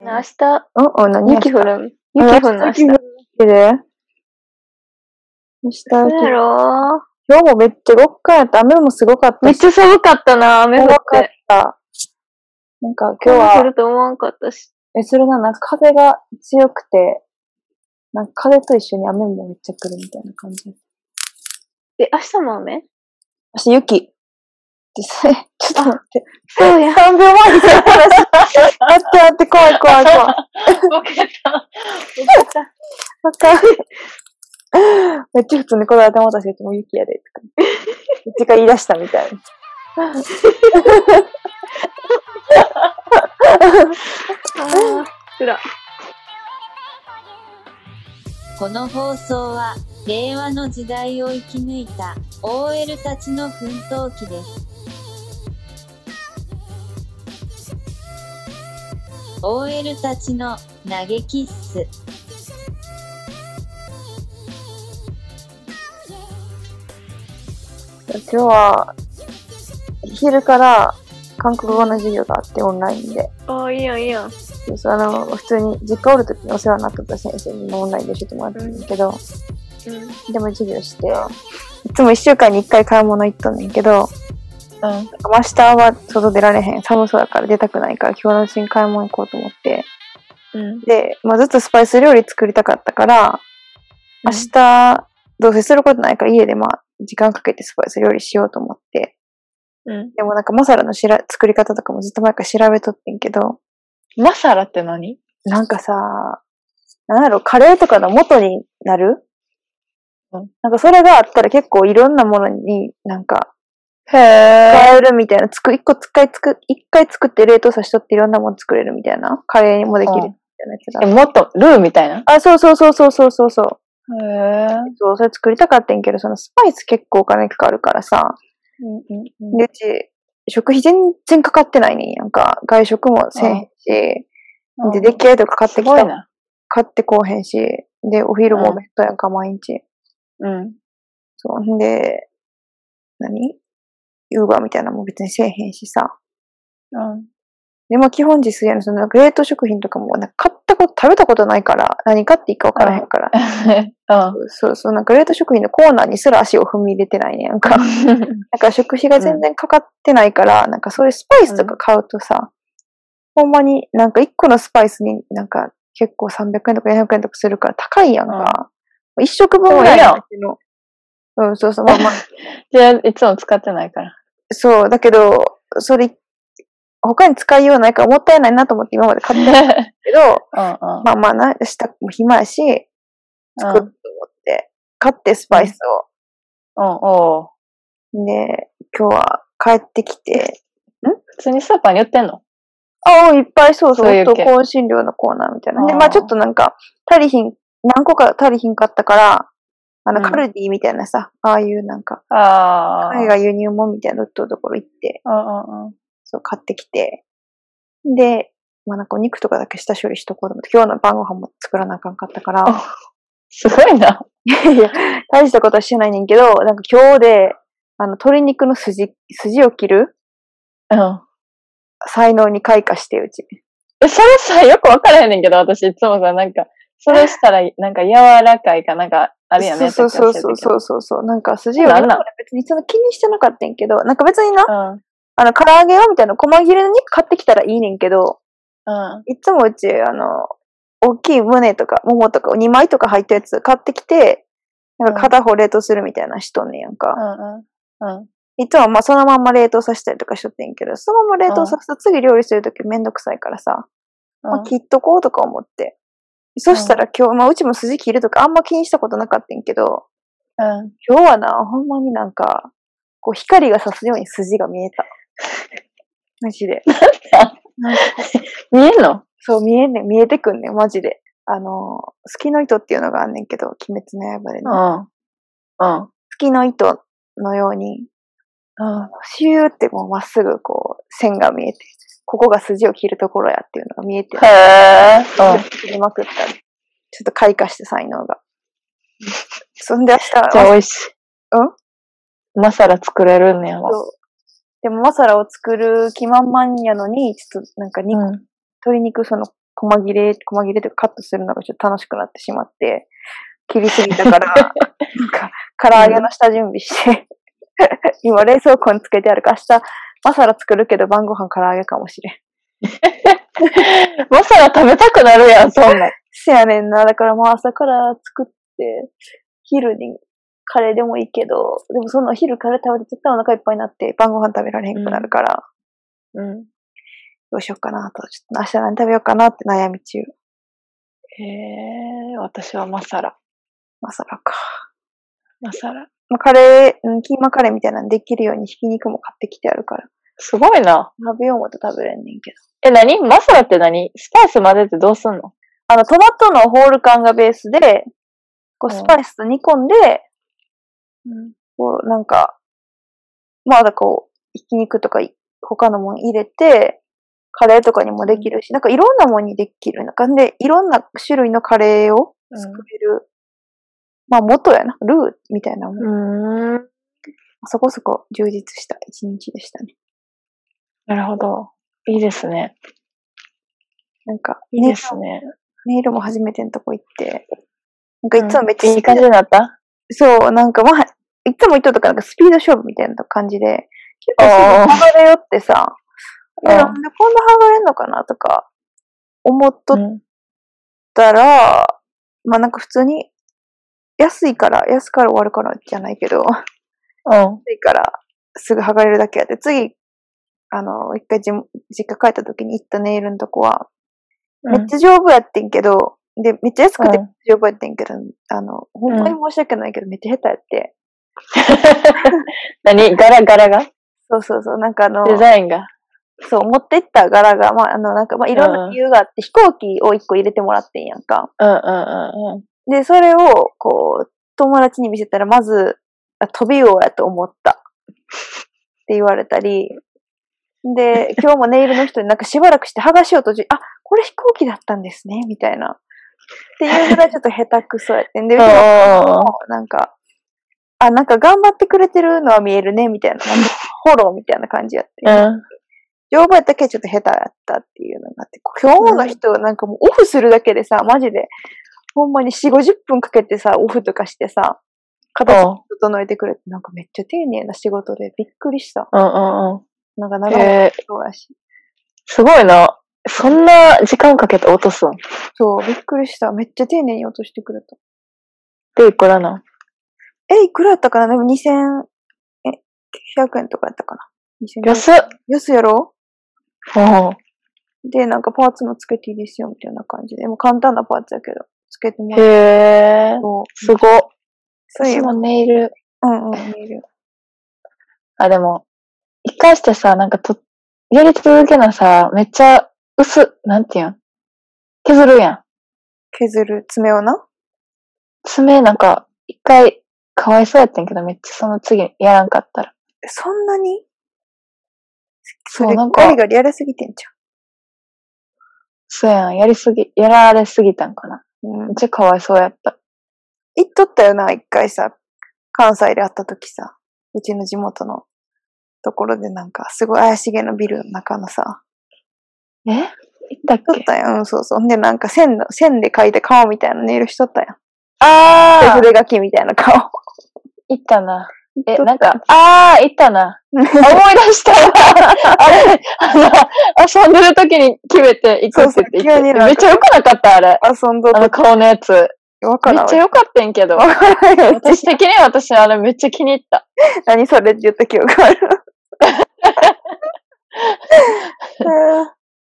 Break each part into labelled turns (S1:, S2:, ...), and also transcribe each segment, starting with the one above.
S1: 明日、
S2: おお、何
S1: 雪降るん。
S2: 明日
S1: 雪降るの明日。
S2: 雪降る明日
S1: そ
S2: 雪
S1: うやろ
S2: 今日もめっちゃ極寒やった。雨もすごかっ
S1: め
S2: た
S1: っ
S2: し。
S1: ちゃ寒かったな、雨降っ。
S2: 怖かってた。なんか今
S1: 今
S2: 日
S1: 日は。降
S2: は、
S1: ると思わんかったし。
S2: え、それな、なんか風が強くて、なんか風と一緒に雨もめっちゃ来るみたいな感じ。
S1: え、明日も雨
S2: 私、雪。実際、ちょっと待って。
S1: そう や。
S2: 3秒前にした話。待って待って、怖い怖い怖い。
S1: ボケた。
S2: わかる。めっちゃ普通にこだわってもたし、もう雪やで、とか。 うちが言い出したみたいな。
S1: あー辛い
S3: この放送は令和の時代を生き抜いた OL たちの奮闘記です。OL たちの嘆きっす。
S2: 今日は、昼から韓国語の授業があって、オンラインで。
S1: あー、いいやん、いいやん。
S2: でその、普通に実家おるときにお世話になってた先生にもオンラインで教えてもらったんだけど、
S1: うん。
S2: でも授業して、いつも一週間に一回買い物行ったんだけど、
S1: うん。
S2: 明日は外出られへん。寒そうだから出たくないから、今日のうちに買い物行こうと思って。
S1: うん。
S2: で、まあ、ずっとスパイス料理作りたかったから、明日、どうせすることないから家でまあ、時間かけてスパイス料理しようと思って。
S1: うん。
S2: でもなんかマサラのしら作り方とかもずっと前から調べとってんけど、
S1: マサラって何
S2: なんかさ、なんやろ、カレーとかの元になる、
S1: うん
S2: なんかそれがあったら結構いろんなものになんか
S1: へえ。
S2: 使えるみたいな、つく、一個使いつく、一回作って冷凍さしとっていろんなもの作れるみたいな、カレーもできるみたいなやつがあって。
S1: もっと、ルーみたいな。
S2: あ、そうそうそうそうそうそうそう。
S1: へえ。
S2: そう、それ作りたかったんやけど、そのスパイス結構お金かかるからさ、
S1: うんうんうん。
S2: で、うち、食費全然かかってないねんやんか。外食もせえへんし、で、でっけえとか買ってき
S1: すごい
S2: た、
S1: な。
S2: 買ってこうへんし、で、お昼も
S1: うん
S2: お弁当やんか、毎日。
S1: うん。
S2: そう、んで、何ウーバーみたいなのも別にせえへんしさ。
S1: うん。
S2: で、まあ基本自炊やの、その冷凍食品とかも、なんか買ったこと、食べたことないから、何買っていいか分からへんから。
S1: う
S2: そうそう、なんか冷凍食品のコーナーにすら足を踏み入れてないねんやんか。
S1: ん。
S2: なんか食費が全然かかってないから、なんかそういうスパイスとか買うとさ、ほんまになんか一個のスパイスになんか結構300円とか400円とかするから高いやんか。一食分ぐらいの味の。うん、そうそう、まあまあ、
S1: じゃあ、いつも使ってないから。
S2: そう、だけど、それ、他に使いようないからもったいないなと思って今まで買ったんだけど、
S1: うんうん。
S2: まあまあな、明日も暇やし、作ろうと思って、買ってスパイスを。
S1: うん、おう
S2: で、今日は帰ってきて、
S1: 普通にスーパーに売ってんの
S2: あ、いっぱい、そうそう、
S1: そういう
S2: 夫
S1: 系
S2: 香辛料のコーナーみたいな。で、
S1: あー
S2: まあちょっとなんか、足りひん、何個か足りひんかったから、あの、
S1: うん
S2: カルディみたいなさ、ああいうなんか、
S1: ああ。
S2: 海外輸入もんみたいな売っとるところ行って、
S1: うんうんうん。
S2: そう、買ってきて、で、まあなんかお肉とかだけ下処理しとこうと思って、今日の晩ご飯も作らなあかんかったから、
S1: すごいな。
S2: いや、大したことはしてないねんけど、なんか今日で、あの、鶏肉の筋、筋を切る
S1: うん。
S2: 才能に開花して、うち。
S1: え、それさ、よくわからへんねんけど、私いつもさ、なんか、それしたら、なんか柔らかいかなんか、あるやんね。。
S2: そうそうそうそううそうそう。なんか筋を
S1: なんなん
S2: 別にその気にしてなかったんやけど、なんか別にな、
S1: うん。うん。
S2: あの、唐揚げをみたいな細切れの肉買ってきたらいいねんけど、
S1: あ
S2: いつもうち、あの、大きい胸とか、ももとか2枚とか入ったやつ買ってきて、なんか片方冷凍するみたいなしとんねんやんか。
S1: うんうん。
S2: いつもまあそのまんま冷凍させたりとかしとってんやけど、そのまま冷凍させたら次料理するときめんどくさいからさ、まあ切っとこうとか思って。そしたら今日、まあうちも筋切るとかあんま気にしたことなかったんやけど、
S1: うん。
S2: 今日はな、ほんまになんか、こう光が差すように筋が見えた。 マジで。
S1: 見えんの
S2: そう見えんねん、見えてくんねん、マジで。あのー、月の糸っていうのがあんねんけど、鬼滅の刃でね。
S1: うん。うん。
S2: 月の糸のように、
S1: うん。
S2: シューってもうまっすぐこう、線が見えて、ここが筋を切るところやっていうのが見えて、
S1: へえ。
S2: 切りまくった。ちょっと開花して才能が。そんで明日は
S1: じゃあ美味しい。
S2: うん
S1: マサラ作れるんねやわ。
S2: そうでもマサラを作る気満々やのに、ちょっとなんか肉
S1: うん。
S2: 鶏肉その細切れ、細切れというかカットするのがちょっと楽しくなってしまって、切りすぎたから、なんか、唐揚げの下準備して、 今冷蔵庫につけてあるから、明日、マサラ作るけど晩ご飯唐揚げかもしれん。
S1: マサラ食べたくなるやん、そんなん。
S2: せやねんな。だからまあ朝から作って、昼にカレーでもいいけど、でもその昼カレー食べて絶対お腹いっぱいになって晩ご飯食べられへんくなるから、
S1: うん。
S2: どうしようかなと。ちょっと明日何食べようかなって悩み中。
S1: へえー、私はマサラ。
S2: マサラか。
S1: マサラ。
S2: まあ、カレー、うんキーマカレーみたいなのできるようにひき肉も買ってきてあるから。
S1: すごいな。
S2: 食べようもと食べれんねんけど。
S1: え、何マサラって何スパイス混ぜてどうすんの
S2: あの、トマトのホール缶がベースで、こう
S1: うん
S2: スパイスと煮込んで、
S1: うん。
S2: こう、なんか、まあだこう、ひき肉とかい他のもん入れて、カレーとかにもできるし、なんかいろんなもんにできる。なんかで、いろんな種類のカレーを作れる。まあ元やな。ルーみたいなもん。
S1: うーん。
S2: そこそこ充実した一日でしたね。
S1: なるほど。いいですね。
S2: なんか、
S1: いいですね。
S2: ネイルも初めてのとこ行って、なんかいつもめっちゃ
S1: うんいい感じになった
S2: そう、なんかまあ、いつも言っとったから、なんかスピード勝負みたいな感じで、結構
S1: あー
S2: すぐ剥がれよってさ、
S1: うん
S2: いやなんでこんな剥がれんのかなとか、思っとっ
S1: うん
S2: たら、まあなんか普通に、安いから、安から終わるからじゃないけど、安
S1: うん。
S2: いからすぐ剥がれるだけやって、次、あの、一回じ実家帰った時に行ったネイルのとこは、めっちゃ丈夫やってんけど、で、めっちゃ安くて
S1: うん
S2: 丈夫やってんけど、あの、ほんまに申し訳ないけど、めっちゃ下手やって。
S1: 何柄柄が
S2: そうそうそう、なんかあの、
S1: デザインが。
S2: そう、持ってった柄が、まあ、あの、なんか、まあ、いろんな理由があって、飛行機を一個入れてもらってんやんか。
S1: うんうんうんうん。
S2: で、それを、こう、友達に見せたら、まず、あ飛び魚やと思った。って言われたり、 で、今日もネイルの人になんかしばらくして剥がしようとじ、あ、これ飛行機だったんですね、みたいな。っていうぐらいちょっと下手くそやってんで、 うちの
S1: うんうんうん
S2: もうなんか、あ、なんか頑張ってくれてるのは見えるね、みたい な。なんかフォローみたいな感じやって。
S1: うん。
S2: 乗馬やったけどちょっと下手やったっていうのがあって、今日の人なんかもうオフするだけでさ、マジで、ほんまに4、50分かけてさ、オフとかしてさ、形
S1: うん
S2: 整えてくれて、なんかめっちゃ丁寧な仕事でびっくりした。
S1: うんうんうん。
S2: なんか長い
S1: えー、
S2: そうやし。
S1: すごいな。そんな時間かけて落とすん
S2: そう、びっくりした。めっちゃ丁寧に落としてくれた。
S1: で、いくらなん
S2: え、いくらやったかなでも2000、え、900円とかやったかな。2900
S1: 安っ。
S2: 安やろ
S1: うん。
S2: で、なんかパーツもつけていいですよ、みたいな感じで。もう簡単なパーツやけど、つけてもらっ
S1: へー
S2: た。そう
S1: すごっ。
S2: そうい
S1: 私
S2: う。
S1: もネイル。
S2: うんうん、見える。
S1: あ、でも、一回してさ、なんかと、やり続けなさ、めっちゃ薄、なんていうん。削るやん。
S2: 削る爪をな。
S1: 爪なんか、一回、かわいそうやってんけど、めっちゃその次やらんかったら。
S2: そんなにそ
S1: そう、
S2: れ
S1: なん
S2: ガ
S1: か
S2: リ、ガリやりすぎてんじ
S1: そうやん、やりすぎ、やられすぎたんかな。
S2: ゃん。うん
S1: めっ。ちゃかわいそうやった。
S2: 行っとったよな、一回さ、関西で会った時さ、うちの地元のところでなんか、すごい怪しげなビルの中のさ、
S1: え行ったっ
S2: 行っと
S1: け
S2: ったやん、うん、そうそう。ほんでなんか線の、線で描いて顔みたいなネイルしとったやん。手
S1: あー
S2: 筆書きみたいな顔。
S1: 行ったな。
S2: 行
S1: え、
S2: っとった
S1: なんか、あー行っ たな。あ思い出したわ。あれ、あの、遊んでる時に決めて行くっ
S2: そ
S1: て言って
S2: うそう急に
S1: 行
S2: なんか
S1: ってめっちゃ良くなかった、あれ。
S2: 遊んどっ
S1: あの
S2: た。
S1: 顔のやつ。
S2: わか
S1: めっ
S2: らんわ
S1: ちゃ。良かったんけど。
S2: わからんよ。
S1: 私的には私、あれめっちゃ気に入った。
S2: 何それって言った記憶ある。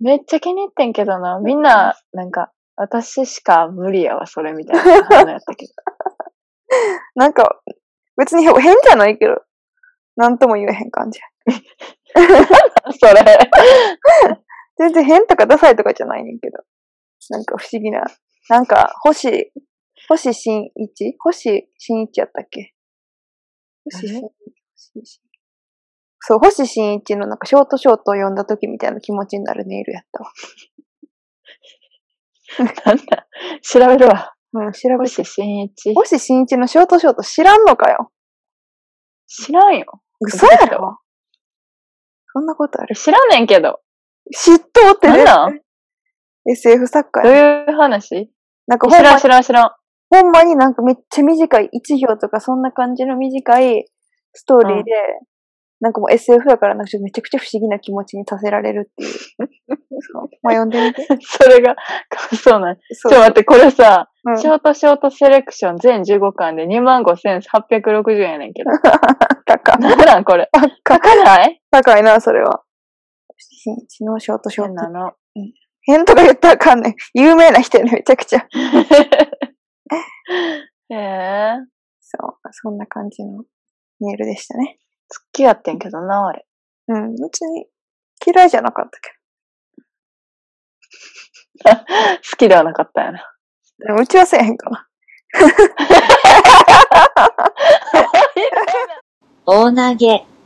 S1: めっちゃ気に入ってんけどな。みんな、なんか、私しか無理やわ、それみたいな反応やったけど。
S2: なんか、別に変じゃないけど、なんとも言えへん感じ。
S1: それ。
S2: 全然変とかダサいとかじゃないねんけど。なんか不思議な。なんか、星、星新一星新一やったっけ星新一星新一そう、星新一のなんかショートショートを読んだ時みたいな気持ちになるネイルやったわ。
S1: なんだ。調べるわ。
S2: うん、調べて。
S1: 星新一。
S2: 星新一のショートショート知らんのかよ。
S1: 知らんよ。
S2: 嘘やろ
S1: ろ
S2: そんなことある。
S1: 知らんねんけど。
S2: 知っとうって
S1: なん
S2: ね。
S1: なん
S2: SF 作家
S1: どう
S2: や
S1: いう話
S2: なんかほ
S1: 知
S2: んま
S1: らん知らん知らん。
S2: ほんまになんかめっちゃ短い、1行とかそんな感じの短いストーリーで、なんかもう SF だからなんかちょっとめちゃくちゃ不思議な気持ちにさせられる っていう。そうまあ読んでみて。
S1: それが感想なん。ち
S2: そ
S1: ょっと
S2: う。
S1: 待って、これさ、
S2: うん
S1: ショートショートセレクション全15巻で25,860円やねん けど。
S2: 高い。
S1: なんなんこれ。書かない
S2: 高いな、それは。日のショートショー
S1: 変
S2: ト
S1: な。の。
S2: 変とか言ったらあかんねん。有名な人やねん、めちゃくちゃ。
S1: へえ。
S2: そう。そんな感じのメールでしたね。
S1: 付き合ってんけどな、あれ。
S2: うん、別に嫌いじゃなかったけ
S1: 好きではなかったんやな。
S2: ど。でもうちはせえへんかな。
S3: 大投げ。